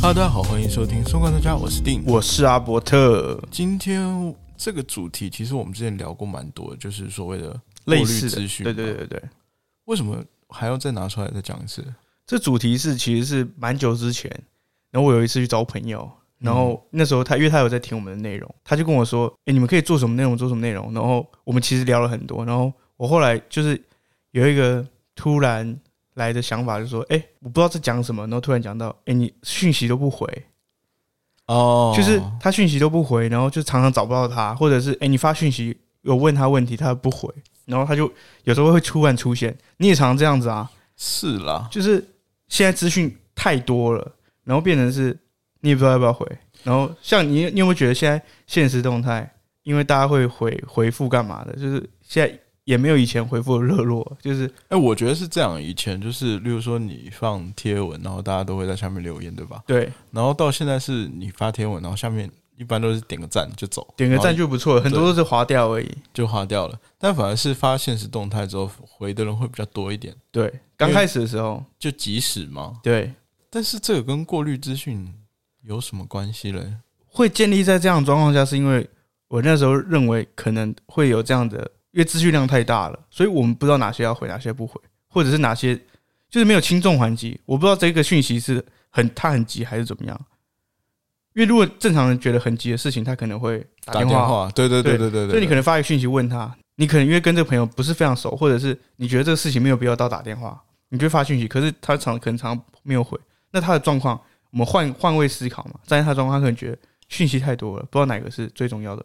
大家好，欢迎收听《松观大家》，我是定。我是阿伯特，今天这个主题，其实我们之前聊过蛮多的，就是所谓的类过似滤资讯的，对对对对，为什么还要再拿出来再讲一次？这主题是其实是蛮久之前，然后我有一次去找朋友，然后那时候他因为他有在听我们的内容，他就跟我说，哎、你们可以做什么内容，做什么内容，然后我们其实聊了很多，然后我后来就是有一个突然来的想法，就说，哎、我不知道在讲什么，然后突然讲到，哎、你讯息都不回，哦就是他讯息都不回，然后就常常找不到他，或者是哎、诶你发讯息有问他问题，他不回，然后他就有时候会突然出现。你也常常这样子啊，是啦，就是现在资讯太多了，然后变成是你也不知道要不要回。然后像你，你有没有觉得现在现实动态，因为大家会回回复干嘛的，就是现在也没有以前回复的热络，就是哎、我觉得是这样。以前就是，例如说你放贴文，然后大家都会在下面留言，对吧？对然后到现在是你发贴文，然后下面一般都是点个赞就走，点个赞然后就不错了，很多都是划掉而已。就划掉了。但反而是发现实动态之后，回的人会比较多一点，对，刚开始的时候，就即时嘛。对，但是这个跟过滤资讯有什么关系嘞？会建立在这样的状况下，是因为我那时候认为可能会有这样的，因为资讯量太大了，所以我们不知道哪些要回，哪些不回，或者是哪些就是没有轻重缓急。我不知道这个讯息是很他很急还是怎么样。因为如果正常人觉得很急的事情，他可能会打打电电话，话，对对对对对对，所以你可能能发一个讯息问他，你可能因为跟这个朋友不是非常熟，或者是你觉得这个事情没有必要到打电话，你就发讯息，可是他常可能常没有回，那他的状况，我们换换位思考嘛，站在他的状况，他可能觉得讯息太多了，不知道哪个是最重要的。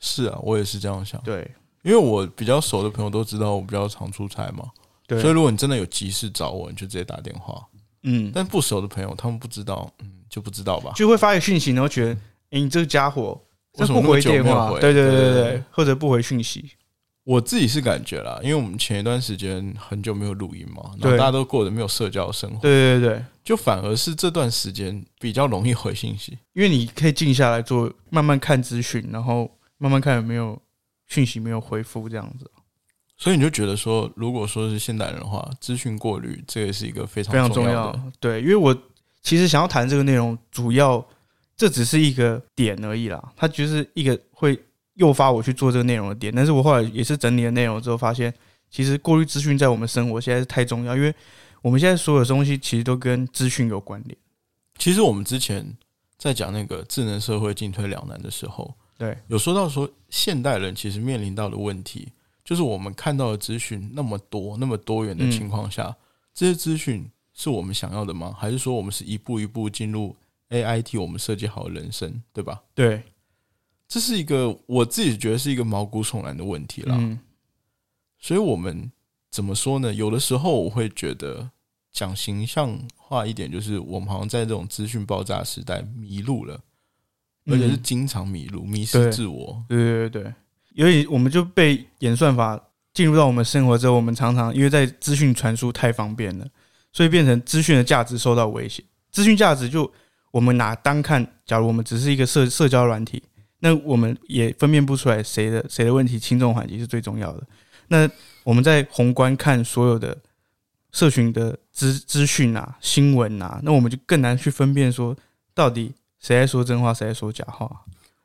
是啊，我也是这样想，对因为我比较熟的朋友都知道我比较常出差嘛，对，所以如果你真的有急事找我，你就直接打电话。嗯，但不熟的朋友，他们不知道，嗯，就不知道吧？就会发一个讯息，然后觉得，哎、你这个家伙为什么那不么回久没有电话？回对对对对对对对对，或者不回讯息，我自己是感觉啦，因为我们前一段时间很久没有录音嘛，然后对大家都过得没有社交生活，对对对对，就反而是这段时间比较容易回信息。因为你可以静下来做，慢慢看资讯，然后慢慢看有没有讯息没有回复这样子。所以你就觉得说，如果说是现代人的话，资讯过滤这也是一个非常非常重重要要的。。对，因为我其实想要谈这个内容，主要这只是一个点而已啦，它就是一个会诱发我去做这个内容的点。但是我后来也是整理了内容之后，发现其实过滤资讯在我们生活现在是太重要，因为我们现在所有东西其实都跟资讯有关联。其实我们之前在讲那个智能社会进退两难的时候，对，有说到说现代人其实面临到的问题，就是我们看到的资讯那么多、那么多元的情况下，这些资讯是我们想要的吗？还是说我们是一步一步进入 AI 替我们设计好的人生，对吧？对，这是一个我自己觉得是一个毛骨悚然的问题啦。嗯，所以我们怎么说呢？有的时候我会觉得讲形象化一点，就是我们好像在这种资讯爆炸时代迷路了，而且是嗯经常迷路、迷失对自我。对对对对，因为我们就被演算法进入到我们生活之后，我们常常因为在资讯传输太方便了，所以变成资讯的价值受到威胁。资讯价值就我们拿单看，假如我们只是一个社社交软体，那我们也分辨不出来谁的谁的问题轻重缓急是最重要的。那我们在宏观看所有的社群的资资讯啊、新闻啊，那我们就更难去分辨说到底谁在说真话，谁在说假话。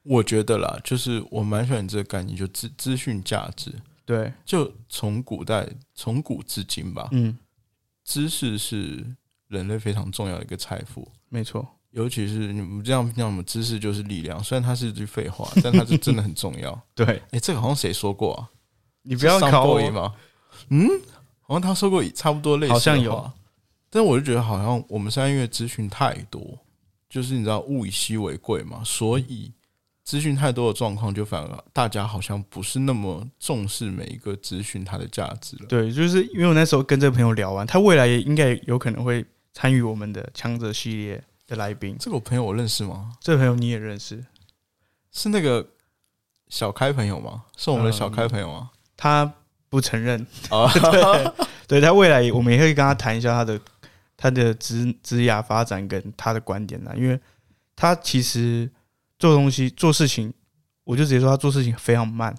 我觉得啦，就是我蛮喜欢这个概念，就资资讯价值。对，就从古代从古至今吧，嗯，知识是人类非常重要的一个财富。没错。尤其是你们这样讲，我们知识就是力量。虽然它是一句废话，但它是真的很重 要。对哎、这个好像谁说过啊？你你不要考我，吗？嗯，好像他说过差不多类似，好像有。啊但我就觉得好像我们现在因为资讯太多，就是你知道物以稀为贵嘛，嗯所以资讯太多的状况，就反而大家好像不是那么重视每一个资讯它的价值了。对，就是因为我那时候跟这个朋友聊完，他未来也应该有可能会参与我们的强者系列的来宾。这个我朋友我认识吗？这个朋友你也认识，是那个小开朋友吗？是我们的小嗯开朋友 吗？他不 承认，啊，对他未来也我们也会跟他谈一下他的他的职职涯发展跟他的观点啦，因为他其实做东西做事情，我就直接说他做事情非常慢，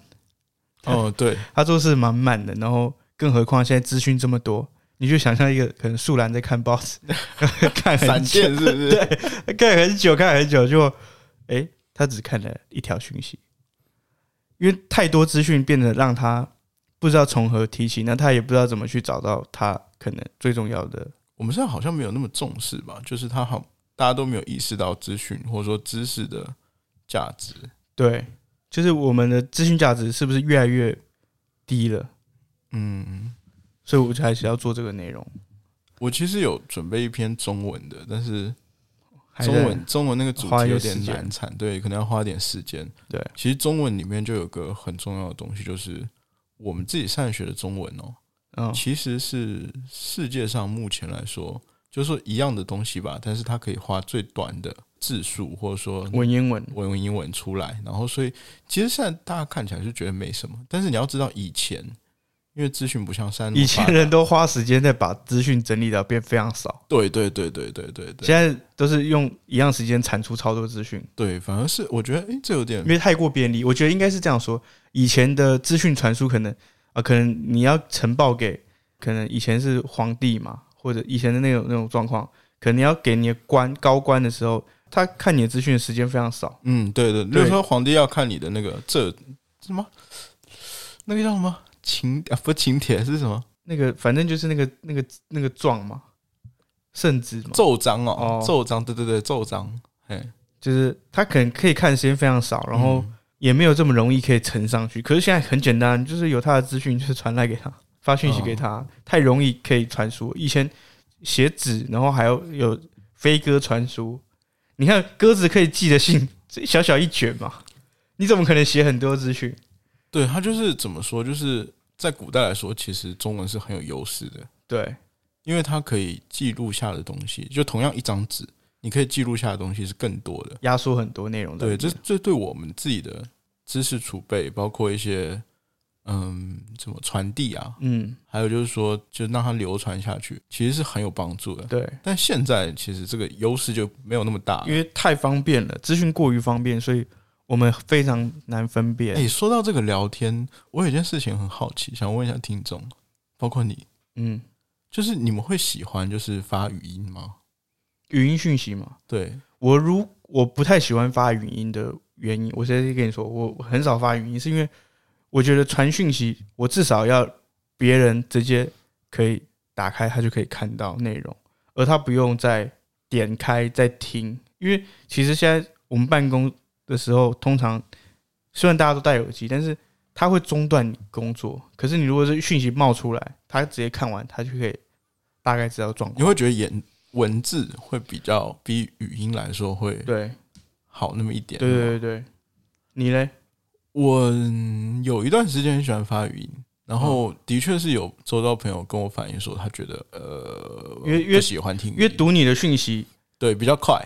哦，对，他做事蛮慢的，然后更何况现在资讯这么多，你就想象一个可能素兰在看报纸， 看很闪久，现是不是？看很久，看很久，就诶，他只看了一条讯息，因为太多资讯变得让他不知道从何提起，那他也不知道怎么去找到他可能最重要的。我们现在好像没有那么重视吧？就是他好，大家都没有意识到资讯或者说知识的价值。对，就是我们的资讯价值是不是越来越低了？嗯，所以我才想要做这个内容。我其实有准备一篇中文的，但是还在中文中文那个主花一题些有点时间难产，对，可能要花点时间。对，其实中文里面就有个很重要的东西，就是我们自己上学的中文哦，嗯，其实是世界上目前来说，就是说一样的东西吧，但是它可以花最短的字数，或者说文言文我用英文出来，然后所以其实现在大家看起来是觉得没什么，但是你要知道以前，因为资讯不像现在那么以发前达人都花时间在把资讯整理到变非常少，对对对对对对对现在都是用一样时间产出超多资讯，对，反而是我觉得诶，这有点因为太过便利。我觉得应该是这样说：以前的资讯传输可能啊、呃可能你要呈报给可能以前是皇帝嘛，或者以前的那种那种状况，可能你要给你的官高官的时候，他看你的资讯的时间非常少。嗯对对，比对如说皇帝要看你的那个这什么那个叫什么请啊不请帖是什么那个反正就是那个那个那个状嘛，圣旨嘛，奏章哦哦奏章对对对奏章哎就是他可能可以看的时间非常少，然后。也没有这么容易可以呈上去。可是现在很简单，就是有他的资讯，就是传来给他，发讯哦息给他，太容易可以传输。以前写纸，然后还要有飞鸽传书。你看鸽子可以寄的信， 这小小一卷嘛，你怎么可能写很多资讯？对他就是怎么说就是。在古代来说，其实中文是很有优势的，对因为它可以记录下的东西，就同样一张纸，你可以记录下的东西是更多的。压缩很多内容在里对，面。这这对我们自己的知识储备，包括一些嗯，怎么传递啊，嗯，还有就是说，就让它流传下去，其实是很有帮助的。对，但现在其实这个优势就没有那么大因。为太方便了，资讯过于方便，所以我们非常难分辨。哎、说到这个聊天，我有一件事情很好奇，想问一下听众，包括你，嗯，就是你们会喜欢就是发语音吗？语音讯息嘛，对，我如我不太喜欢发语音的原因，我直接跟你说，我我很少发语音，是因为我觉得传讯息，我至少要别人直接可以打开，他就可以看到内容，而他不用再点开再听，因为其实现在我们办公的时候，通常虽然大家都戴耳机，但是它会中断你工作。可是你如果是讯息冒出来，他直接看完，他就可以大概知道状你况。会觉得言文字会比较比语音来说会对好那么一点。对对对对，你嘞？我嗯有一段时间很喜欢发语音，然后的确是有周遭朋友跟我反映说，他觉得呃，因为因为不喜欢听语音阅读你的讯息，对比较快，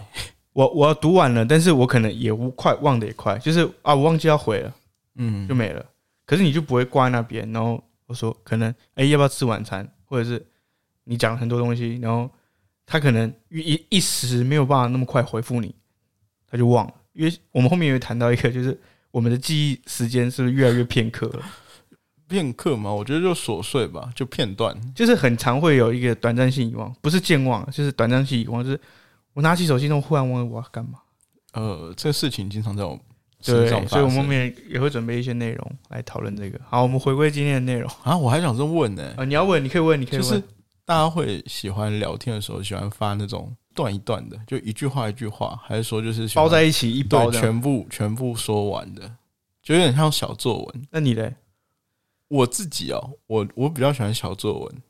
我我读完了，但是我可能也无快忘的也快，就是啊，我忘记要回了，嗯就，没了。可是你就不会挂在那边，然后我说可能哎、要不要吃晚餐，或者是你讲了很多东西，然后他可能一一一时没有办法那么快回复你，他就忘了。因为我们后面也会谈到一个，就是我们的记忆时间是不是越来越片刻了？片刻嘛，我觉得就琐碎吧，就片段。就是很常会有一个短暂性遗忘，不是健忘，就是短暂性遗忘，就是我拿起手机，然后忽然忘了我要干嘛。呃，这个事情经常在我身对，上发所以我们后生面也会准备一些内容来讨论这个。好，我们回归今天的内容啊、啊。我还想是问呢、你要问，你可以问，你可以就问。是大家会喜欢聊天的时候喜欢发那种段一段的，就一句话一句话，还是说就是喜欢包在一起一包对的。全部全部说完的，就有点像小作文。那你嘞？我自己哦，我我比较喜欢小作文，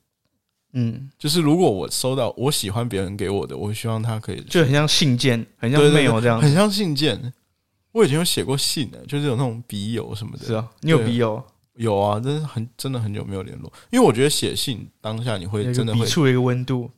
嗯，就是如果我收到我喜欢别人给我的，我希望他可以就很像信件，很像对对对 mail 这样。很像信件。我以前有写过信的，就是有那种笔友什么是的，啊，你有对笔友，有啊，真是很真的很久没有联络，因为我觉得写信当下你有会一真个的笔会，触的一个温度，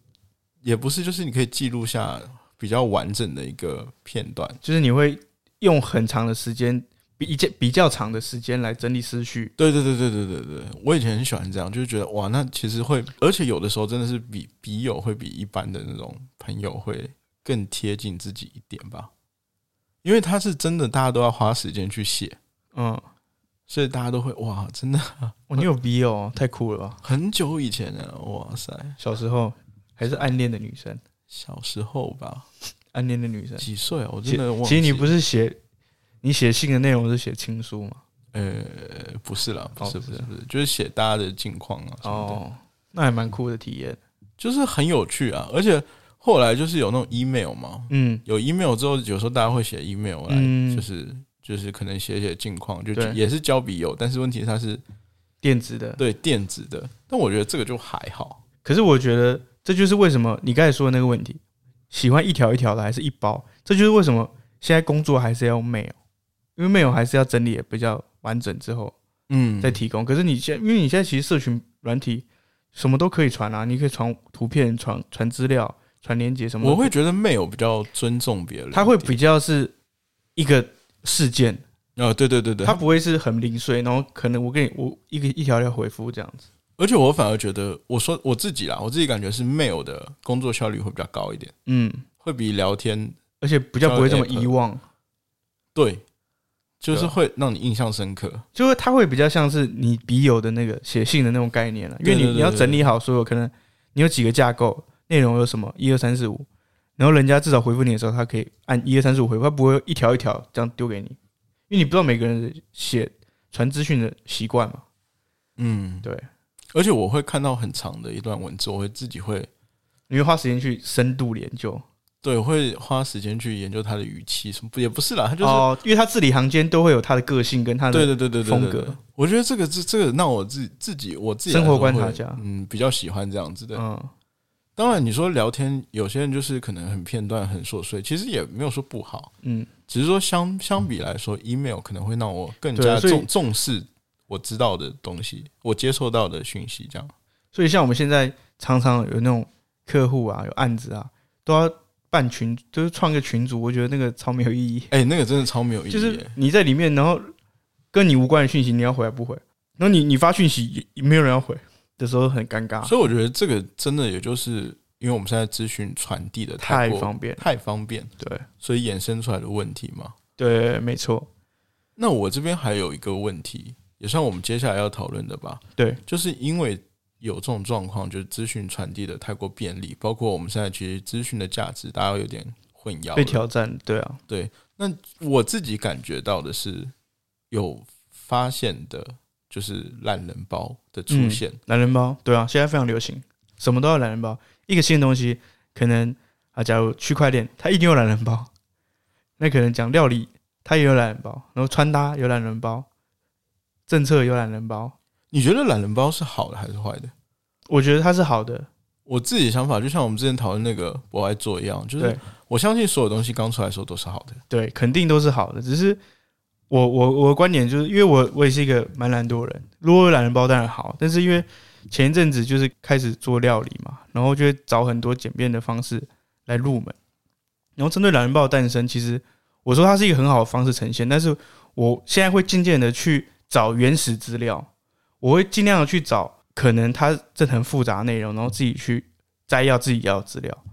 也不是就是你可以记录下比较完整的一个片段，就是你会用很长的时间，比一件比较长的时间来整理思绪。对对对对对对对，我以前很喜欢这样，就是觉得哇，那其实会，而且有的时候真的是比笔友会比一般的那种朋友会更贴近自己一点吧，因为他是真的大家都要花时间去写，嗯，所以大家都会哇，真的哦，你有 V 哦，太酷了吧！很久以前了，哇塞，小时候还是暗恋的女生，小时候吧，暗恋的女生。几岁啊？我其真的忘记。其实你不是，是写，你写信的内容是写情书嘛？呃，不是啦，不哦是，不不是是，不是，就是写大家的近况啊什么的，哦，那还蛮酷的体验。就是很有趣啊。而且后来就是有那种 email 嘛，嗯，有 email 之后，有时候大家会写 email 来，嗯就是就是可能写写近况，就对也是交笔友，但是问题它是电子的。对电子的，但我觉得这个就还好，可是我觉得这就是为什么你刚才说的那个问题，喜欢一条一条的还是一包？这就是为什么现在工作还是要 mail，因为 mail 还是要整理的比较完整之后嗯再提供。可是你现因为你现在其实社群软体什么都可以传啊，你可以传图片、传传资料、传链接什么。我会，觉得 mail 比较尊重别人一点，它会比较是一个事件，啊，对对对对，它不会是很零碎，然后可能我给你我一个一条一条回复这样子。而且我反而觉得，我说我自己啦，我自己感觉是 mail 的工作效率会比较高一点，嗯，会比聊天而且比较不会这么交友遗忘。对，就对是啊会让你印象深刻。就是它会比较像是你笔友的那个写信的那种概念啊了，因为对你对你要对整理好所有可能你有几个架构，内容有什么一二三四五，然后人家至少回复你的时候，他可以按一二三四五回复，他不会一条一条这样丢给你，因为你不知道每个人的写传资讯的习惯嘛。嗯，对。而且我会看到很长的一段文字，我会自己会你会花时间去深度研究对我会花时间去研究它的语气什么，不也不是啦，它就是、哦，因为他字里行间都会有他的个性跟他对的对对对对风。对对格对我觉得这个这这个让我自己自己我自己来生活说观会察家嗯，比较喜欢这样子的。嗯，当然，你说聊天，有些人就是可能很片段、很琐碎，其实也没有说不好。嗯，只是说相相比来说，email 可能会让我更对加啊所以重重视我知道的东西，我接受到的讯息，这样。所以像我们现在常常有那种客户啊，有案子啊，都要办群，就是创一个群组，我觉得那个超没有意义。哎、那个真的超没有意义、就是你在里面，然后跟你无关的讯息，你要回还不回？然后你你发讯息也也没有人要回的时候，很尴尬，所以我觉得这个真的也就是因为我们现在资讯传递的太过方便。太方便，对所以衍生出来的问题嘛。对，没错，那我这边还有一个问题，也算我们接下来要讨论的吧，对，就是因为有这种状况，就是资讯传递的太过便利，包括我们现在其实资讯的价值，大家有点混淆被了。挑战，对啊，那我自己感觉到的是，有发现的就是懒人包的出现。懒人包，对啊，现在非常流行，什么都要懒人包。一个新的东西，可能啊，假如区块链，它一定有懒人包。那可能讲料理，它也有懒人包，然后穿搭有懒人包，政策有懒人包。你觉得懒人包是好的还是坏的？我觉得它是好的，我自己的想法，就像我们之前讨论那个我爱做一样，就是对我相信所有东西刚出来的时候都是好的。对，肯定都是好的。只是我我我的观点就是，因为我我也是一个蛮懒惰的人，如果有懒人包当然好，但是因为前一阵子就是开始做料理嘛，然后就会找很多简便的方式来入门。然后针对懒人包的诞生，其实我说它是一个很好的方式呈现，但是我现在会渐渐的去找原始资料，我会尽量的去找可能它这很复杂的内容，然后自己去摘要自己要的资料。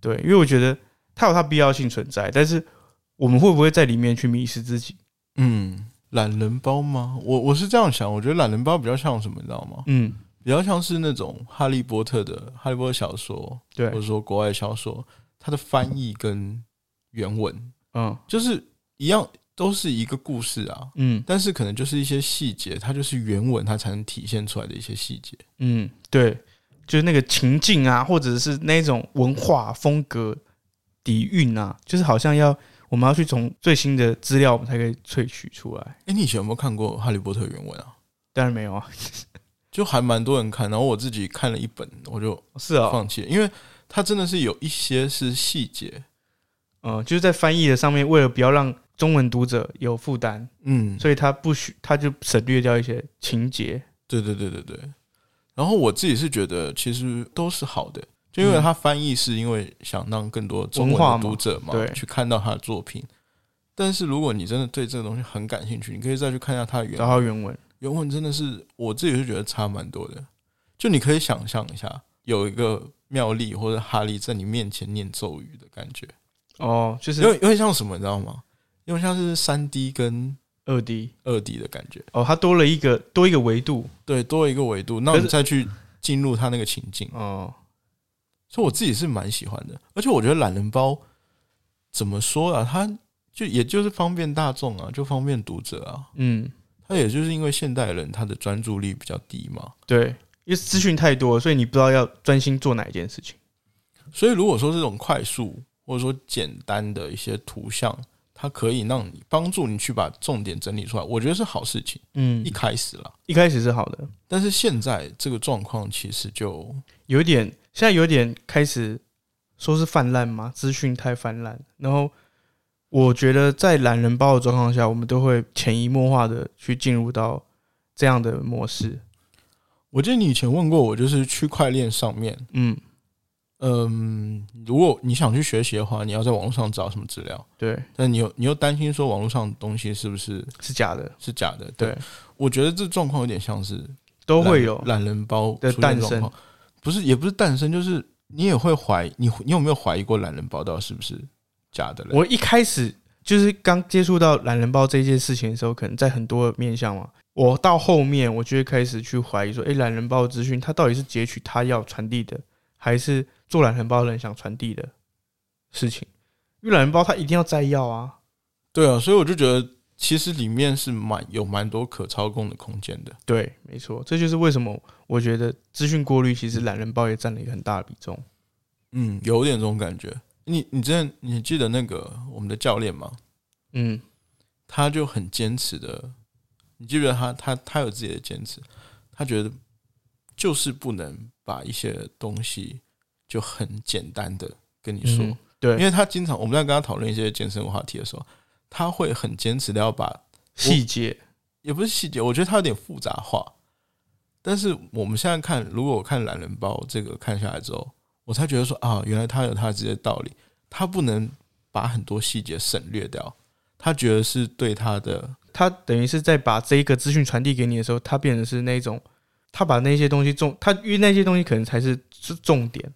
对，因为我觉得它有它必要性存在，但是我们会不会在里面去迷失自己？嗯，懒人包吗？我我是这样想，我觉得懒人包比较像什么，你知道吗？嗯，比较像是那种哈利波特的哈利波特小说，对或者，说国外小说，它的翻译跟原文嗯就是一样，都是一个故事啊。嗯但是可能就是一些细节，它就是原文它才能体现出来的一些细节。嗯，对，就是那个情境啊，或者是那种文化风格底蕴啊，就是好像要我们要去从最新的资料，我们才可以萃取出来。哎、你以前有没有看过《哈利波特》原文啊？当然没有啊，就还蛮多人看，然后我自己看了一本，我就是哦啊、放弃了，因为它真的是有一些是细节，嗯，就是在翻译的上面，为了不要让中文读者有负担，嗯，所以他不许他就省略掉一些情节。对对对对对。然后我自己是觉得其实都是好的，就因为嗯它翻译是因为想让更多中文文化的嘛读者嘛对去看到他的作品。但是如果你真的对这个东西很感兴趣，你可以再去看一下它的原找到原文，原文真的是我自己是觉得差蛮多的。就你可以想象一下，有一个妙丽或者哈利在你面前念咒语的感觉，哦，就是有点有点像什么，你知道吗？有点像是三 D 跟二 D 二 D 的感觉，哦，它多了一个多一个维度对，多一个维度，那我可们是再去进入它那个情境。哦，所以我自己是蛮喜欢的，而且我觉得懒人包怎么说啊，它就也就是方便大众啊，就方便读者啊。嗯，它也就是因为现代人他的专注力比较低嘛，对，因为资讯太多了，所以你不知道要专心做哪一件事情。所以如果说这种快速或者说简单的一些图像，它可以让你帮助你去把重点整理出来，我觉得是好事情。嗯一，开始啦，一开始是好的，但是现在这个状况其实就有一点现在有点开始说是泛滥吗？资讯太泛滥，然后我觉得在懒人包的状况下，我们都会潜移默化的去进入到这样的模式。我记得你以前问过我，就是区块链上面，嗯，嗯，如果你想去学习的话，你要在网络上找什么资料，对，但你又你又担心说网络上的东西是不是是假的，是假的？对，，我觉得这状况有点像是都会懒有，懒人包的出现诞状生况，不是也不是诞生，就是你也会怀你你有没有怀疑过懒人包到底是不是假的嘞？我一开始就是刚接触到懒人包这件事情的时候，可能在很多面向嘛。我到后面，我就会开始去怀疑说，诶，懒人包的资讯它到底是截取他要传递的，还是做懒人包的人想传递的事情？因为懒人包它一定要摘要啊，对啊，所以我就觉得其实里面是蛮有蛮多可操控的空间的。对，没错，这就是为什么我觉得资讯过滤其实懒人包也占了一个很大的比重。嗯，有点这种感觉。你你之前你记得那个我们的教练吗？嗯，他就很坚持的，你记不记得他他他有自己的坚持，他觉得就是不能把一些东西就很简单的跟你说，嗯对因为他经常我们在跟他讨论一些健身话题的时候，他会很坚持的要把细节，也不是细节，我觉得它有点复杂化。但是我们现在看，如果我看懒人包这个看下来之后，我才觉得说啊，原来他有他自己的道理，他不能把很多细节省略掉，他觉得是对他的他等于是在把这一个资讯传递给你的时候，他变成是那种，他把那些东西重，他因为那些东西可能才是是重点。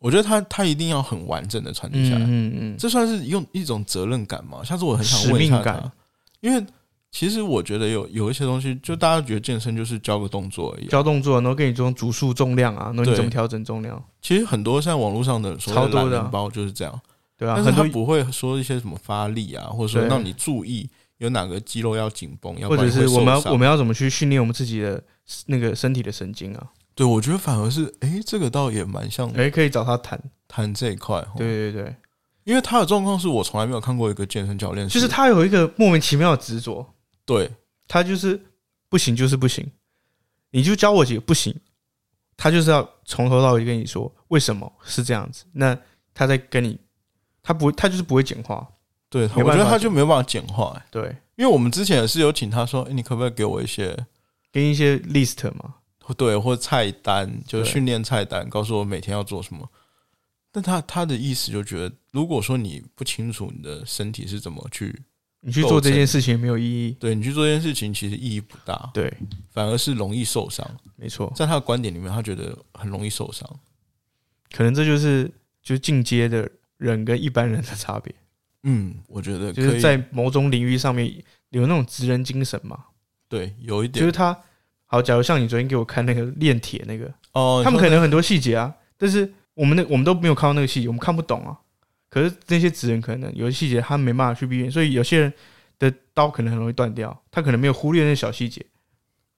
我觉得他他一定要很完整的传递下来，嗯嗯这算是用一种责任感吗？下次我很想使问一下命感他，因为其实我觉得有有一些东西，就大家觉得健身就是教个动作而已啊嗯，，教动作，然后跟你说主数重量啊，然后你对怎么调整重量，其实很多像网络上的所谓超多懒的啊人包就是这样。对啊，但是很他多不会说一些什么发力啊，或者说对让你注意有哪个肌肉要紧绷，要不或然者你会是我们受要伤我们要怎么去训练我们自己的那个身体的神经啊？对我觉得反而是诶，这个倒也蛮像哎，可以找他谈。谈这一块，吼，对对对，因为他的状况是我从来没有看过一个健身教练，就是他有一个莫名其妙的执着，对他就是不行就是不行，你就教我几个不行，他就是要从头到尾跟你说为什么是这样子。那他在跟你，他不他就是不会简化，对，没办我法觉得他就没有办法简化、诶对，因为我们之前也是有请他说，哎诶，你可不可以给我一些给你一些 list 嘛，对或菜单，就是对训练菜单，告诉我每天要做什么。但他他的意思就觉得，如果说你不清楚你的身体是怎么去，你去做这件事情没有意义。对你去做这件事情，其实意义不大，对，反而是容易受伤。没错，在他的观点里面，他觉得很容易受伤。可能这就是就是进阶的人跟一般人的差别，嗯，我觉得就可是以，在某种领域上面有那种职人精神嘛，对，有一就点是他好，假如像你昨天给我看那个炼铁那个，哦，他们你可说能有很多细节啊，但是我们的我们都没有看到那个细节，我们看不懂啊。可是那些职人可能有些细节他没办法去避免，所以有些人的刀可能很容易断掉，他可能没有忽略那小细节。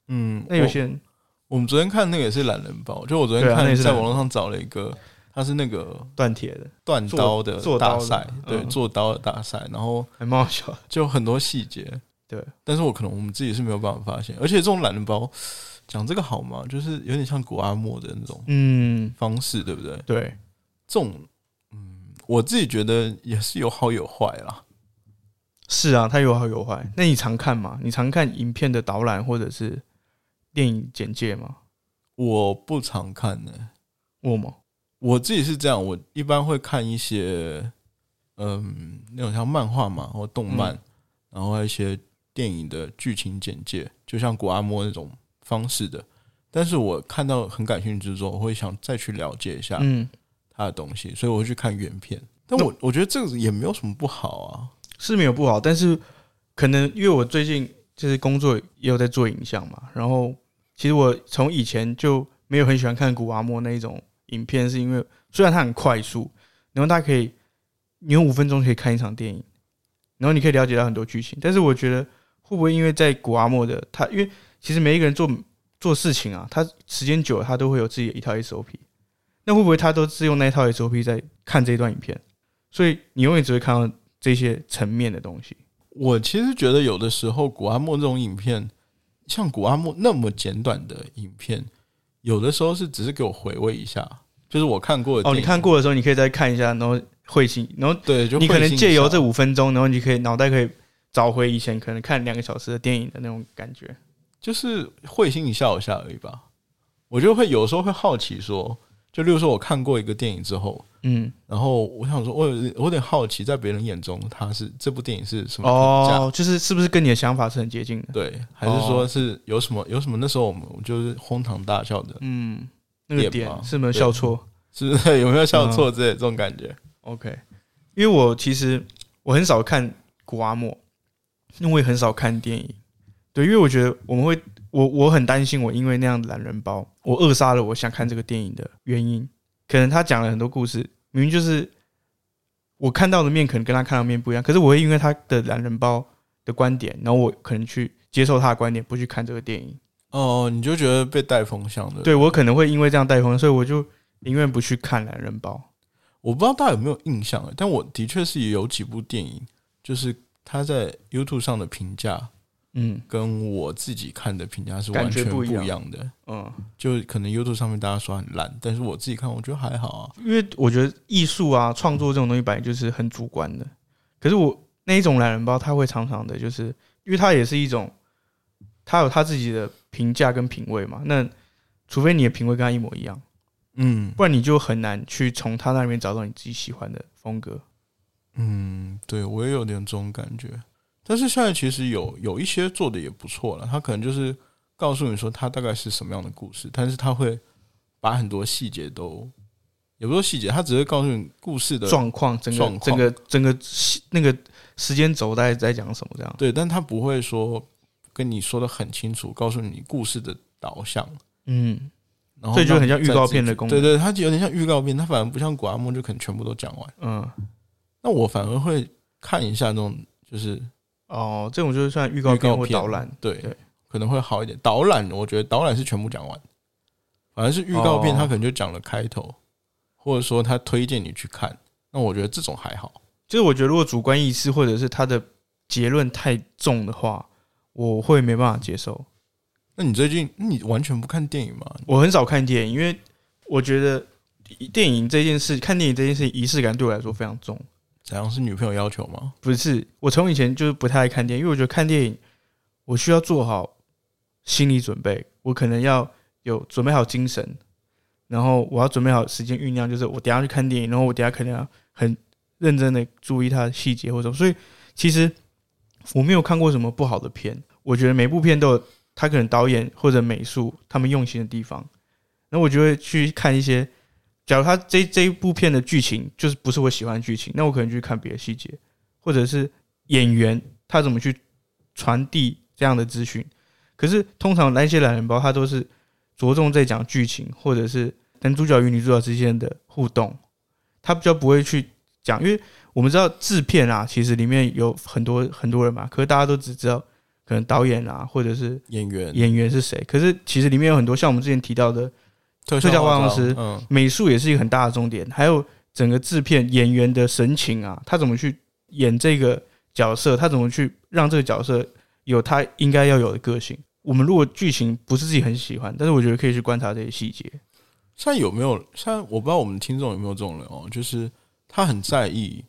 嗯，那有些人我我们昨天看那个也是懒人包，就我昨天对啊那看也是在懒人网络上找了一个，他是那个断铁的断刀的做做大刀的赛，对，嗯做刀的大赛，然后还蛮好笑的。就很多细节，对，但是我可能我们自己是没有办法发现，而且这种懒人包讲这个好吗？就是有点像古阿莫的那种嗯，方式，对不对？对，这种，嗯，我自己觉得也是有好有坏啦。是啊，它有好有坏。那你常看吗？你常看影片的导览或者是电影简介吗？我不常看呢、我吗？我自己是这样，我一般会看一些，嗯，那种像漫画嘛，或动漫，嗯然后还有一些电影的剧情简介，就像古阿莫那种方式的。但是我看到很感兴趣之后，我会想再去了解一下嗯，他的东西，所以我会去看原片。但我我觉得这个也没有什么不好啊。是没有不好，但是可能因为我最近就是工作也有在做影像嘛，然后其实我从以前就没有很喜欢看古阿莫那一种影片，是因为虽然它很快速，然后大家可以你用五分钟可以看一场电影，然后你可以了解到很多剧情，但是我觉得会不会因为在古阿莫的他，因为其实每一个人做做事情啊，他时间久了他都会有自己的一套 SOP，那会不会他都是用那一套 SOP 在看这一段影片，所以你永远只会看到这些层面的东西。我其实觉得有的时候古阿莫这种影片，像古阿莫那么简短的影片，有的时候是只是给我回味一下，就是我看过的哦，电你影看过的时候，你可以再看一下，然后会心，然后对，就你可会能心一借由笑这五分钟，然后你可以脑袋可以找回以前可能看两个小时的电影的那种感觉。就是会心一笑一下而已吧。我就会有时候会好奇说，就例如说我看过一个电影之后，嗯，然后我想说，我有我有点好奇，在别人眼中他是这部电影是什么评价？哦，就是是不是跟你的想法是很接近的？对，还是说是有什么有什么？那时候我们就是哄堂大笑的，嗯，那个点吧点是没有笑错。是不是 有没有笑错之类的这种感觉？ OK，因为我其实我很少看古阿莫，因为我也很少看电影。对，因为我觉得我们会，我我很担心，我因为那样的懒人包，我扼杀了我想看这个电影的原因。可能他讲了很多故事，明明就是我看到的面，可能跟他看到的面不一样。可是我会因为他的懒人包的观点，然后我可能去接受他的观点，不去看这个电影。哦，你就觉得被带风向的。对我可能会因为这样带风，所以我就宁愿不去看懒人包。我不知道大家有没有印象，欸但我的确是有几部电影，就是他在 YouTube 上的评价嗯跟我自己看的评价是感完觉全不不一一样样的。嗯。就可能 YouTube 上面大家说很烂，但是我自己看我觉得还好啊。因为我觉得艺术啊、创作这种东西本来就是很主观的。可是我那一种懒人包，他会常常的，就是因为他也是一种，他有他自己的评价跟品味嘛。那除非你的品味跟他一模一样，嗯不然你就很难去从他那里面找到你自己喜欢的风格。嗯，对我也有点这种感觉。但是现在其实有有一些做的也不错了，他可能就是告诉你说他大概是什么样的故事，但是他会把很多细节都，也不是说细节，他只是告诉你故事的状况，整个状况整个整个那个时间轴在在讲什么这样。对，但他不会说跟你说的很清楚，告诉你故事的导向。嗯，然后这就让很你像预再告自己片的去功对对，它有点像预告片，它反而不像古阿莫就可能全部都讲完。嗯，那我反而会看一下那种，就是哦，这种就是算预告预片告或片导览。对，对可能会好一点。导览，我觉得导览是全部讲完，反而是预告片，哦它可能就讲了开头，或者说他推荐你去看。那我觉得这种还好。就是我觉得如果主观意识或者是他的结论太重的话，我会没办法接受。那你最近你完全不看电影吗？我很少看电影，因为我觉得电影这件事，看电影这件事仪式感对我来说非常重。怎样是女朋友要求吗？不是，我从以前就是不太爱看电影，因为我觉得看电影我需要做好心理准备，我可能要有准备好精神，然后我要准备好时间酝酿，就是我等一下去看电影，然后我等一下可能要很认真的注意它的细节或者什么。所以其实我没有看过什么不好的片，我觉得每部片都有他可能导演或者美术他们用心的地方，那我就会去看一些。假如他这这一部片的剧情就是不是我喜欢的剧情，那我可能就去看别的细节。或者是演员他怎么去传递这样的资讯。可是通常那些懒人包，他都是着重在讲剧情，或者是男主角与女主角之间的互动，他比较不会去讲，因为我们知道制片啊，其实里面有很多很多人嘛，可是大家都只知道可能导演啊，或者是演员、演员是谁，可是其实里面有很多像我们之前提到的特特效化妆师嗯，美术也是一个很大的重点，还有整个制片演员的神情啊，他怎么去演这个角色，他怎么去让这个角色有他应该要有的个性。我们如果剧情不是自己很喜欢，但是我觉得可以去观察这些细节。现在有没有？现在我不知道我们听众有没有这种人哦，就是他很在意，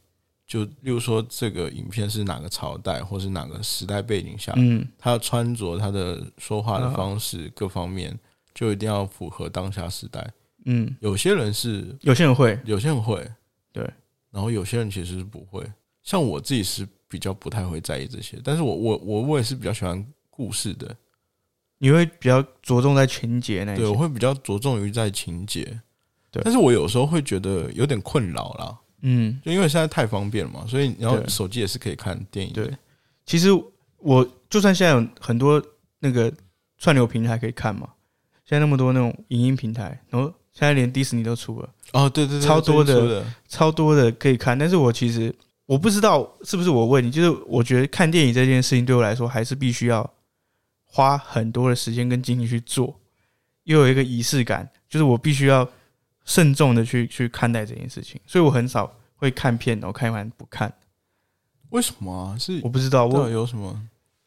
就例如说这个影片是哪个朝代，或是哪个时代背景下，嗯，他的穿着、他的说话的方式、各方面，就一定要符合当下时代。嗯，有些人是，有些人会，有些人会，对，然后有些人其实是不会。像我自己是比较不太会在意这些，但是我我我我也是比较喜欢故事的，你会比较着重在情节那一对，我些。会比较着重于在情节。对但是我有时候会觉得有点困扰啦，嗯，就因为现在太方便了嘛，所以然后对手机也是可以看电影的。对其实我就算现在有很多那个串流平台可以看嘛，现在那么多那种影音平台，然后现在连迪士尼都出了，哦，对对对，超多的这一出的，超多的可以看。但是我其实我不知道是不是我问你，就是我觉得看电影这件事情对我来说还是必须要花很多的时间跟精力去做，又有一个仪式感，就是我必须要慎重的去去看待这件事情，所以我很少会看片，然后看完不看。为什么啊？是我不知道到我底有什么？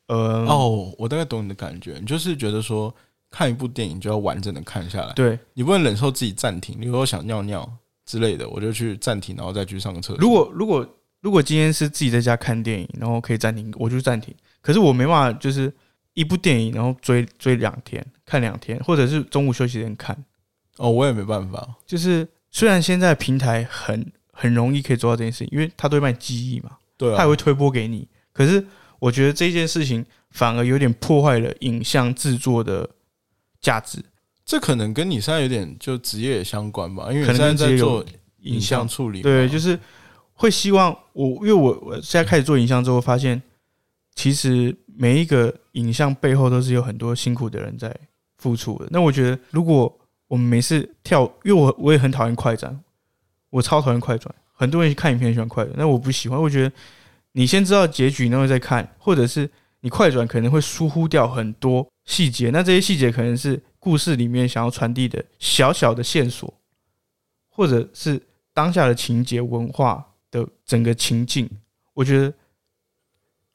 呃哦，我大概懂你的感觉，你就是觉得说看一部电影就要完整的看下来，对，你不能忍受自己暂停，你如果想尿尿之类的，我就去暂停，然后再去上个厕所。如果如果如果今天是自己在家看电影，然后可以暂停，我就暂停。可是我没办法，就是一部电影，然后追追两天，看两天，或者是中午休息时间看。哦，我也没办法，就是虽然现在平台很很容易可以做到这件事情，因为它都会卖记忆嘛，对它也啊，会推播给你。可是我觉得这件事情反而有点破坏了影像制作的价值，这可能跟你现在有点就职业也相关吧，因为你可现在能跟直在接做有影像处理嘛，对，就是会希望我，因为我我现在开始做影像之后，发现其实每一个影像背后都是有很多辛苦的人在付出的。那我觉得，如果我们每次跳，因为我我也很讨厌快转，我超讨厌快转。很多人看影片喜欢快转，但我不喜欢。我觉得你先知道结局，然后再看，或者是你快转可能会疏忽掉很多细节。那这些细节可能是故事里面想要传递的小小的线索，或者是当下的情节、文化的整个情境，我觉得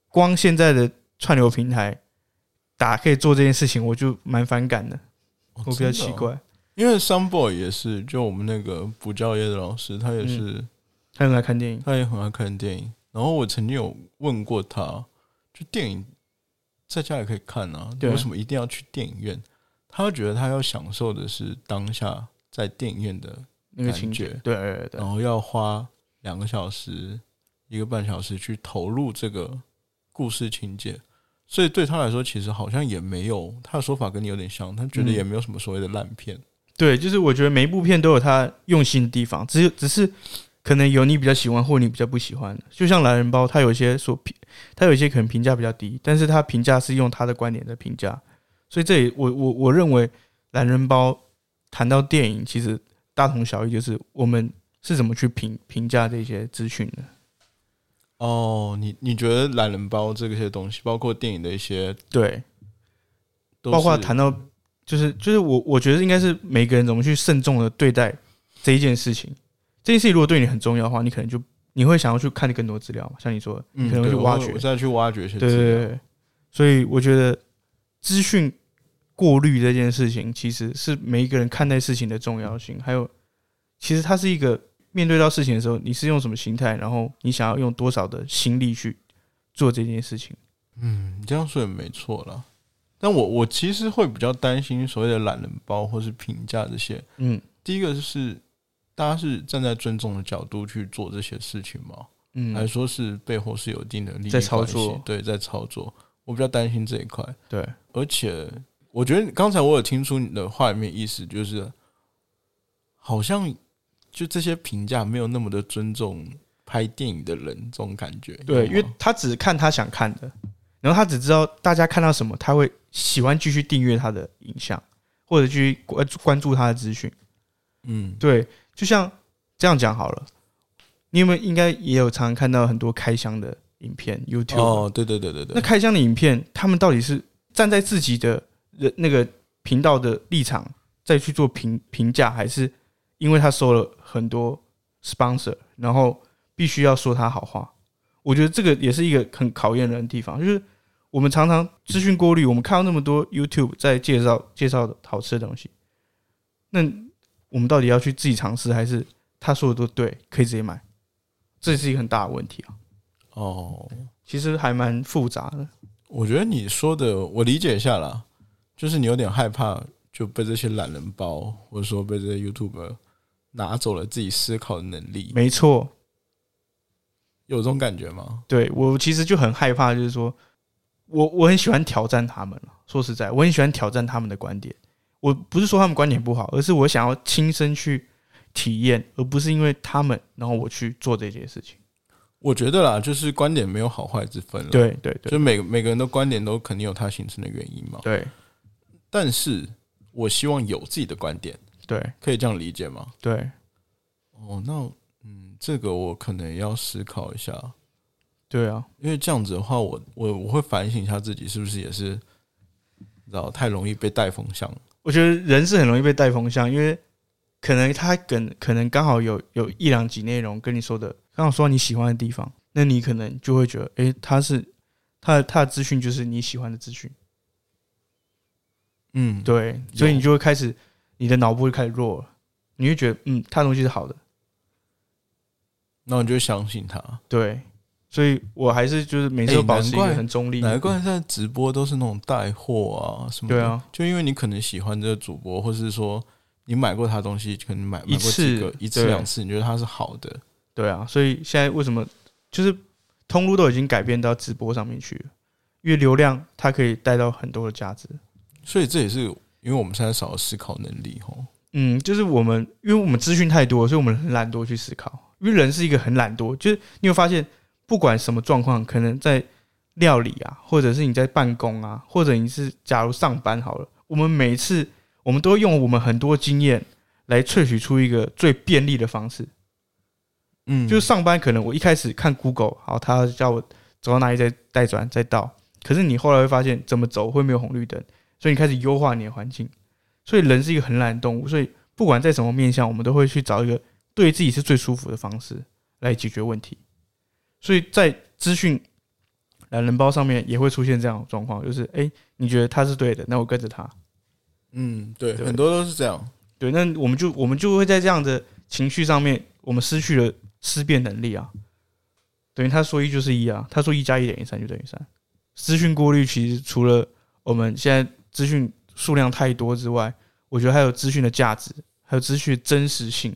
光现在的串流平台打可以做这件事情，我就蛮反感的，哦我比较真奇的哦怪。因为 Sunboy 也是，就我们那个补教业的老师，他嗯也是，他用来看电影，他也很爱看电影。然后我曾经有问过他，就电影在家也可以看啊，你对为什么一定要去电影院？他觉得他要享受的是当下在电影院的，那个情节感觉，对对对对然后要花两个小时、一个半小时去投入这个故事情节。所以对他来说，其实好像也没有他的说法跟你有点像，他觉得嗯也没有什么所谓的烂片。对，就是我觉得每一部片都有它用心的地方，只有只是可能有你比较喜欢或你比较不喜欢的。就像《懒人包》，它有一些所评，它有一些可能评价比较低，但是它评价是用他的观点在评价，所以这也我我我认为《懒人包》谈到电影，其实大同小异，就是我们是怎么去评评价这些资讯的。哦，你你觉得懒人包这些东西，包括电影的一些，对，都包括是谈到就是就是我我觉得应该是每个人怎么去慎重的对待这一件事情。这件事情如果对你很重要的话，你可能就你会想要去看更多资料嘛，像你说的，嗯，可能会去对挖我掘我再去挖掘一些对资对料。对对。所以我觉得资讯过滤这件事情，其实是每一个人看待事情的重要性，还有其实它是一个面对到事情的时候，你是用什么心态，然后你想要用多少的心力去做这件事情。嗯，你这样说也没错啦。但我我其实会比较担心所谓的懒人包或是评价这些。嗯第一个就是，大家是站在尊重的角度去做这些事情吗？还是嗯，说是背后是有一定的利益在操关系作对，在操作。我比较担心这一块。对，而且我觉得刚才我有听出你的话里面意思，就是好像就这些评价没有那么的尊重拍电影的人这种感觉。对，有因吗为他只看他想看的，然后他只知道大家看到什么，他会喜欢继续订阅他的影像，或者去关注呃关注他的资讯。嗯，对，就像这样讲好了，你有没有应该也有常常看到很多开箱的影片？YouTube、哦，对对对对那对，开箱的影片，他们到底是站在自己的人那个频道的立场再去做评评价，还是因为他收了很多 sponsor，然后必须要说他好话？我觉得这个也是一个很考验人的地方，就是我们常常资讯过滤，我们看到那么多 YouTube 在介绍介绍的好吃的东西，那我们到底要去自己尝试，还是他说的都对，可以直接买？这是一个很大的问题啊，哦，其实还蛮复杂的。我觉得你说的我理解一下啦，就是你有点害怕就被这些懒人包，或者说被这些 YouTube 拿走了自己思考的能力，没错，有这种感觉吗？对我其实就很害怕，就是说我我很喜欢挑战他们了说实在，我很喜欢挑战他们的观点。我不是说他们观点不好，而是我想要亲身去体验，而不是因为他们，然后我去做这件事情。我觉得啦，就是观点没有好坏之分了。，对对对就每个每个人的观点都肯定有它形成的原因嘛。对但是我希望有自己的观点，对可以这样理解吗？对哦，那嗯，这个我可能要思考一下，对啊，因为这样子的话，我我我会反省一下自己是不是也是，你知道太容易被带风向了。我觉得人是很容易被带风向，因为可能他跟可能刚好有有一两集内容跟你说的，刚好说到你喜欢的地方，那你可能就会觉得，诶、他是他的他的资讯就是你喜欢的资讯，嗯，对，所以你就会开始你的脑波就开始弱了，你会觉得，嗯，他的东西是好的，那你就相信他。对，所以我还是就是每次都诶保持哎难一个怪很中立，难怪现在直播都是那种带货啊什么的，对啊，就因为你可能喜欢这个主播，或是说你买过他的东西，可能买一买过几次个一次对两次，你觉得他是好的，对啊，所以现在为什么就是通路都已经改变到直播上面去了，因为流量它可以带到很多的价值。所以这也是因为我们现在少了思考能力吼。嗯，就是我们，因为我们资讯太多，所以我们很懒惰去思考。因为人是一个很懒惰，就是你有发现，不管什么状况，可能在料理啊，或者是你在办公啊，或者你是假如上班好了，我们每一次我们都会用我们很多经验来萃取出一个最便利的方式。嗯就是上班可能我一开始看 Google，好，他叫我走到哪里再再转再到，可是你后来会发现怎么走会没有红绿灯，所以你开始优化你的环境。所以人是一个很懒的动物，所以不管在什么面向，我们都会去找一个对自己是最舒服的方式来解决问题。所以在资讯懒人包上面也会出现这样的状况，就是诶，你觉得他是对的，那我跟着他。嗯，对，对很多都是这样。对，那我们就我们就会在这样的情绪上面，我们失去了思辨能力啊。等于他说一就是一啊，他说一加一等于三就等于三。资讯过滤其实除了我们现在资讯数量太多之外，我觉得还有资讯的价值，还有资讯的真实性，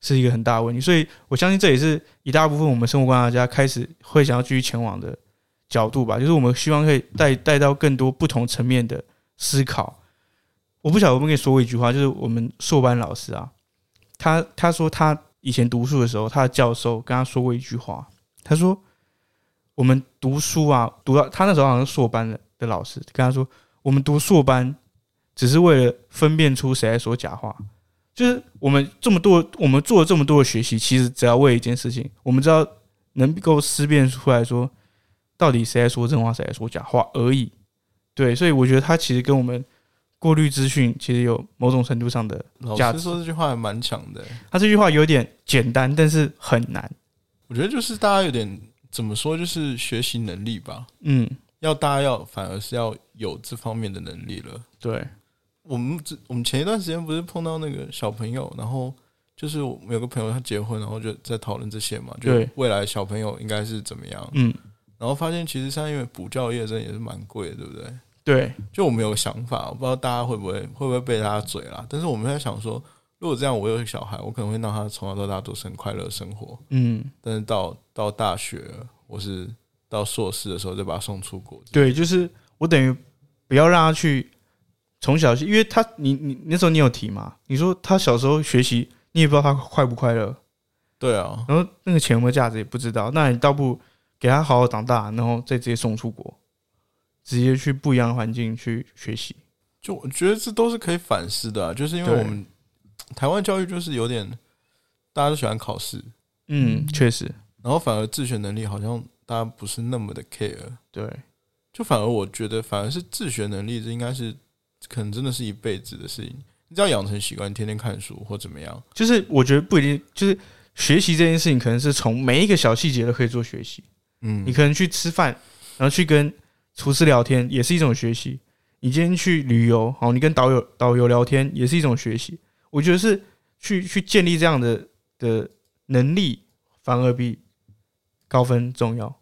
是一个很大的问题。所以我相信这也是一大部分我们生活观察家开始会想要继续前往的角度吧，就是我们希望可以带带到更多不同层面的思考。我不晓得我们跟你说过一句话，就是我们硕班老师啊，他他说他以前读书的时候，他的教授跟他说过一句话，他说我们读书啊，读到他那时候好像是硕班的的老师跟他说，我们读硕班只是为了分辨出谁在说假话，就是我们这么多，我们做了这么多的学习，其实只要为一件事情，我们知道能够思辨出来说到底谁在说真话，谁在说假话而已。对，所以我觉得他其实跟我们过滤资讯其实有某种程度上的老价师值说这句话还蛮强的欸、他这句话有点简单，但是很难。我觉得就是大家有点怎么说，就是学习能力吧，嗯，要大家要反而是要有这方面的能力了。对，我们之我们前一段时间不是碰到那个小朋友，然后就是我们有个朋友他结婚，然后就在讨论这些嘛，就对未来小朋友应该是怎么样，嗯，然后发现其实现在因为补教业真的也是蛮贵的，对不对？对，就我们有个想法，我不知道大家会不会会不会被大家嘴啦，但是我们在想说，如果这样我有小孩，我可能会让他从小到大都是很快乐的生活，嗯，但是到到大学或是到硕士的时候再把他送出国，对，就是我等于不要让他去从小，因为他你你那时候你有提嘛，你说他小时候学习，你也不知道他快不快乐，对啊，然后那个钱有没有价值也不知道，那你倒不如给他好好长大，然后再直接送出国，直接去不一样的环境去学习。就我觉得这都是可以反思的、啊，就是因为对我们台湾教育就是有点大家都喜欢考试，嗯，确实，然后反而自学能力好像大家不是那么的 care，对，就反而我觉得反而是自学能力这应该是可能真的是一辈子的事情，你只要养成习惯，天天看书或怎么样，就是我觉得不一定，就是学习这件事情，可能是从每一个小细节都可以做学习。嗯你，可能去吃饭，然后去跟厨师聊天，也是一种学习。你今天去旅游，好，你跟导游导游聊天，也是一种学习。我觉得是去去建立这样的的能力，反而比高分重要。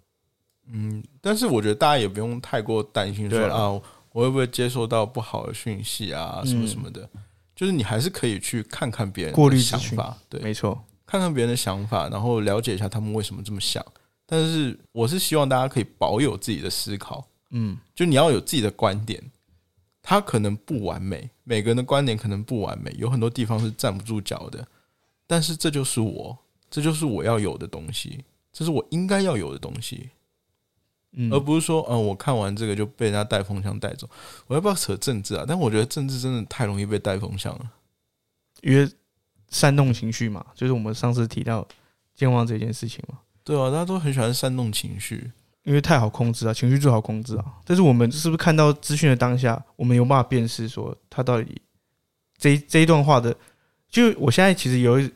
嗯，但是我觉得大家也不用太过担心说对啦啊，我会不会接受到不好的讯息啊，嗯什么什么的。就是你还是可以去看看别人过滤的资想讯法，对，没错，看看别人的想法，然后了解一下他们为什么这么想。但是我是希望大家可以保有自己的思考，嗯，就你要有自己的观点。他可能不完美，每个人的观点可能不完美，有很多地方是站不住脚的。但是这就是我，这就是我要有的东西。这是我应该要有的东西，嗯，而不是说，嗯，我看完这个就被人家带风向带走。我要不要扯政治啊？但我觉得政治真的太容易被带风向了。因为煽动情绪嘛，就是我们上次提到健忘这件事情嘛，对啊，大家都很喜欢煽动情绪。因为太好控制啊，情绪最好控制啊。但是我们是不是看到资讯的当下，我们有办法辨识说他到底这一这一段话的？就我现在其实有一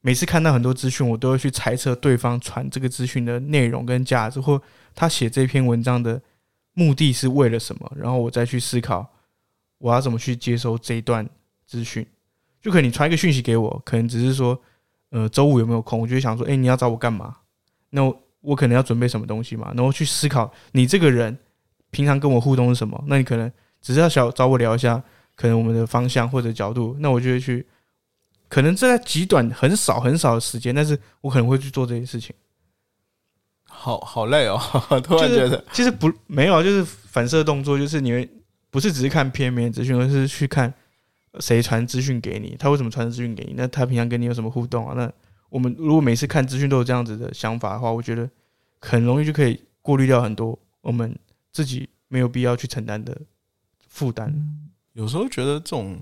每次看到很多资讯，我都会去猜测对方传这个资讯的内容跟价值，或他写这篇文章的目的是为了什么，然后我再去思考我要怎么去接收这一段资讯。就可能你传一个讯息给我，可能只是说，呃，周五有没有空？我就会想说，哎、你要找我干嘛？那我我可能要准备什么东西嘛，然后去思考你这个人平常跟我互动是什么。那你可能只是要想找我聊一下，可能我们的方向或者角度，那我就会去，可能这在极短很少很少的时间，但是我可能会去做这些事情。好好累哦， 突然觉得其实不没有啊，就是反射动作，就是你会不是只是看片面资讯，而是去看呃谁传资讯给你，他为什么传资讯给你，那他平常跟你有什么互动啊？那我们如果每次看资讯都有这样子的想法的话，我觉得很容易就可以过滤掉很多我们自己没有必要去承担的负担。有时候觉得这种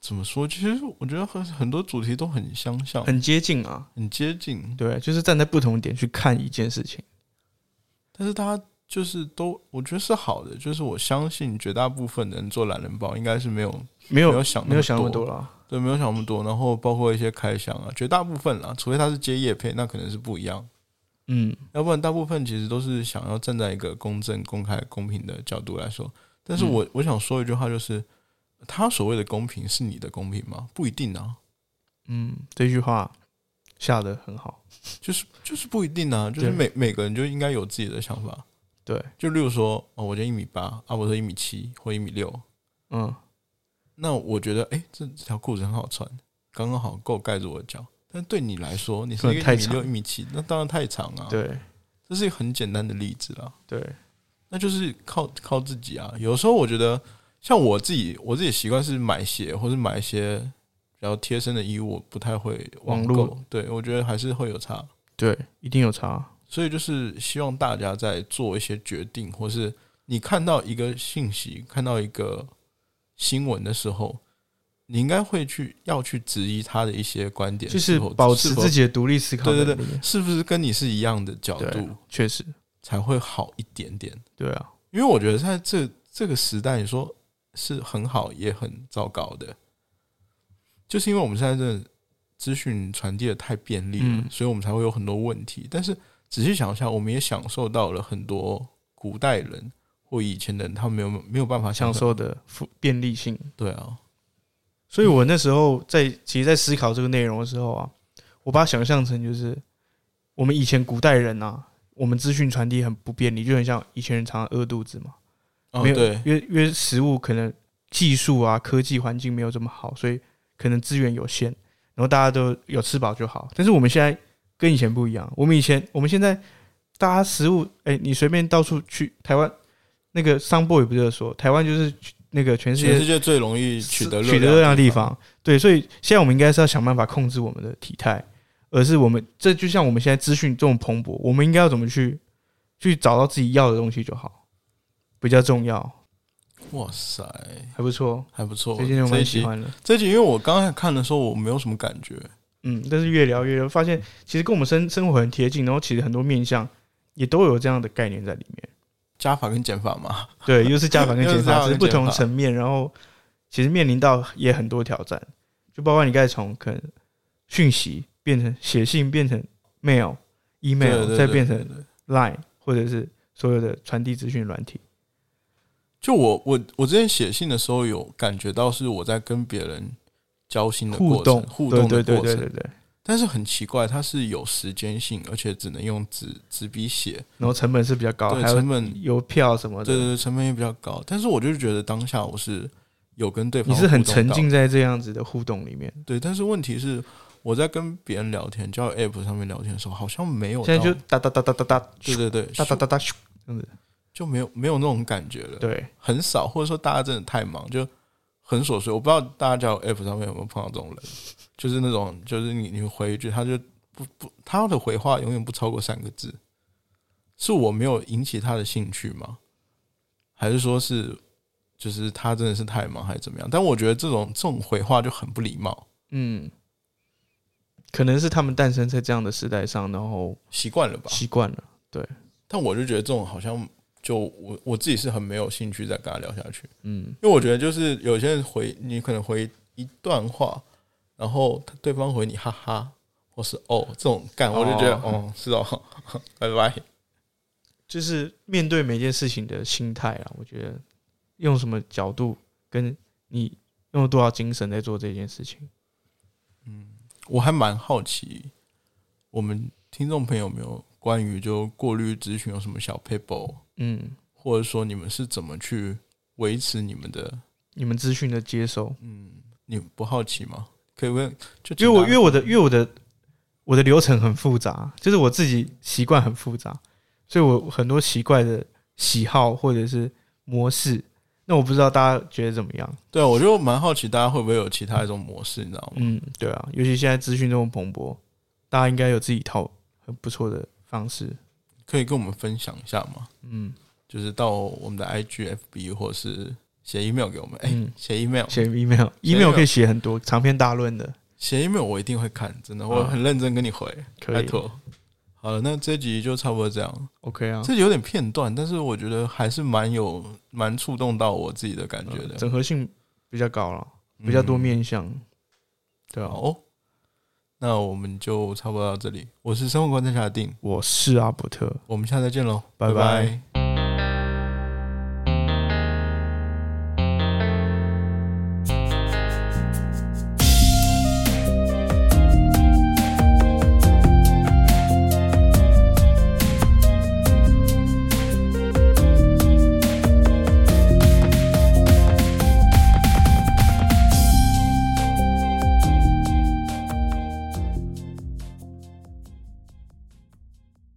怎么说？其实我觉得很很多主题都很相像，很接近啊，很接近，对，啊就是站在不同点去看一件事情。但是大家就是都我觉得是好的，就是我相信绝大部分人做懒人包应该是没有没没有有想没有想那么多多，了啊，对，没有想那么多。然后包括一些开箱啊，绝大部分啦，除非他是接业配，那可能是不一样。嗯，要不然大部分其实都是想要站在一个公正、公开、公平的角度来说。但是嗯我、我想说一句话，就是他所谓的公平是你的公平吗？不一定啊，嗯，这句话下的很好。就是就是不一定啊，就是每每个人就应该有自己的想法。对，就例如说，哦，我觉得一米八，啊，我说一米七或一米六，嗯，那我觉得，哎、这这条裤子很好穿，刚刚好够盖住我的脚。但对你来说，你是一不能个太一米六、长一米七，那当然太长啊。，对这是一个很简单的例子啦。对，那就是靠靠自己啊。有时候我觉得，像我自己，我自己习惯是买鞋或是买一些比较贴身的衣物，我不太会网网购络。对，我觉得还是会有差。对，一定有差。所以就是希望大家在做一些决定，或是你看到一个信息、看到一个新闻的时候，你应该会去要去质疑他的一些观点，就是否保持是否自己的独立思考能力。对是不是跟你是一样的角度对，确实，才会好一点点。对啊，因为我觉得在这这个时代，你说是很好也很糟糕的，就是因为我们现在这资讯传递的太便利了，嗯所以我们才会有很多问题。但是仔细想一下，我们也享受到了很多古代人或以前的人，他们没有没有办法享享受。受的复便利性。对啊，所以我那时候在其实，在思考这个内容的时候啊，我把它想象成就是我们以前古代人啊，我们资讯传递很不便利，就很像以前人常常饿肚子嘛，哦没有，对，因为因为食物可能技术啊、科技环境没有这么好，所以可能资源有限，然后大家都有吃饱就好。但是我们现在跟以前不一样，我们以前我们现在大家食物，哎、你随便到处去台湾，那个商 boy 不是说台湾就是那个全世全界世界最容易取得取得热量的地，方。对，所以现在我们应该是要想办法控制我们的体态，而是我们这就像我们现在资讯这种蓬勃，我们应该要怎么去去找到自己要的东西就好，比较重要，哇塞，还不错。还不错。最近这我一蛮喜集，欢的，这一集因为我刚才看的时候，我没有什么感觉。嗯，但是越聊越发现，其实跟我们生生活很贴近，然后其实很多面向也都有这样的概念在里 面。加法跟减法嘛，对，又是加法跟又是减加法，法只是跟不减同法层面，然后其实面临到也很多挑战，就包括你刚才从可能讯息变成写信，变成 mail、对 email，对再对变对成对 line，或者是所有的传递资讯软体。就我我我之前写信的时候有感觉到是我在跟别人交心的互过程动，，互对动对的对过对程对。对，但是很奇怪，它是有时间性，而且只能用纸纸笔写，然后成本是比较高，对哦还有成本，邮票什么对对的，对，成本也比较高。但是我就觉得当下我是有跟对方你是很互动沉到浸在这样子的互动里面。对，但是问题是我在跟别人聊天，交友 app 上面聊天的时候，好像没有到，现在就哒哒哒哒哒哒，对对对，哒哒哒哒，咻这样子。就没有没有那种感觉了，对，很少，或者说大家真的太忙，就很琐碎。我不知道大家交友 app 上面有没有碰到这种人，就是那种，就是你你回一句，他就不不，他的回话永远不超过三个字，是我没有引起他的兴趣吗？还是说是就是他真的是太忙还是怎么样？但我觉得这种这种回话就很不礼貌，嗯，可能是他们诞生在这样的时代上，然后习惯了吧？习惯了。但我就觉得这种好像就我我自己是很没有兴趣再跟他聊下去。嗯，因为我觉得就是有些人回你可能回一段话，然后他对方回你哈哈或是哦这种干，我就觉得哦哦是哦， 拜拜。就是面对每件事情的心态啊，我觉得用什么角度，跟你用了多少精神在做这件事情。我还蛮好奇，我们听众朋友有没有关于就过滤咨询有什么小 paper，嗯，或者说你们是怎么去维持你们的？你们资讯的接收，嗯，你不好奇吗？可以问，就因为我请因为大我的因为我的我的流程很复杂，就是我自己习惯很复杂，所以我很多奇怪的喜好或者是模式。那我不知道大家觉得怎么样？对啊，我就蛮好奇大家会不会有其他一种模式，你知道吗？嗯，对啊，尤其现在资讯这么蓬勃，大家应该有自己一套很不错的方式。可以跟我们分享一下吗？嗯，就是到我们的 IGFB 或是写 email 给我们，哎、嗯写 email，写 email，email 可以写很多长篇大论的，写 email 我一定会看，真的，我很认真跟你回，啊可拜以托。好了，那这集就差不多这样。 ，OK 啊，这有点片段，但是我觉得还是蛮有蛮触动到我自己的感觉嗯的，整合性比较高了，比较多嗯。面向，对啊好，哦，那我们就差不多到这里。我是生活观察定，我是阿伯特，我们下次再见喽，拜拜拜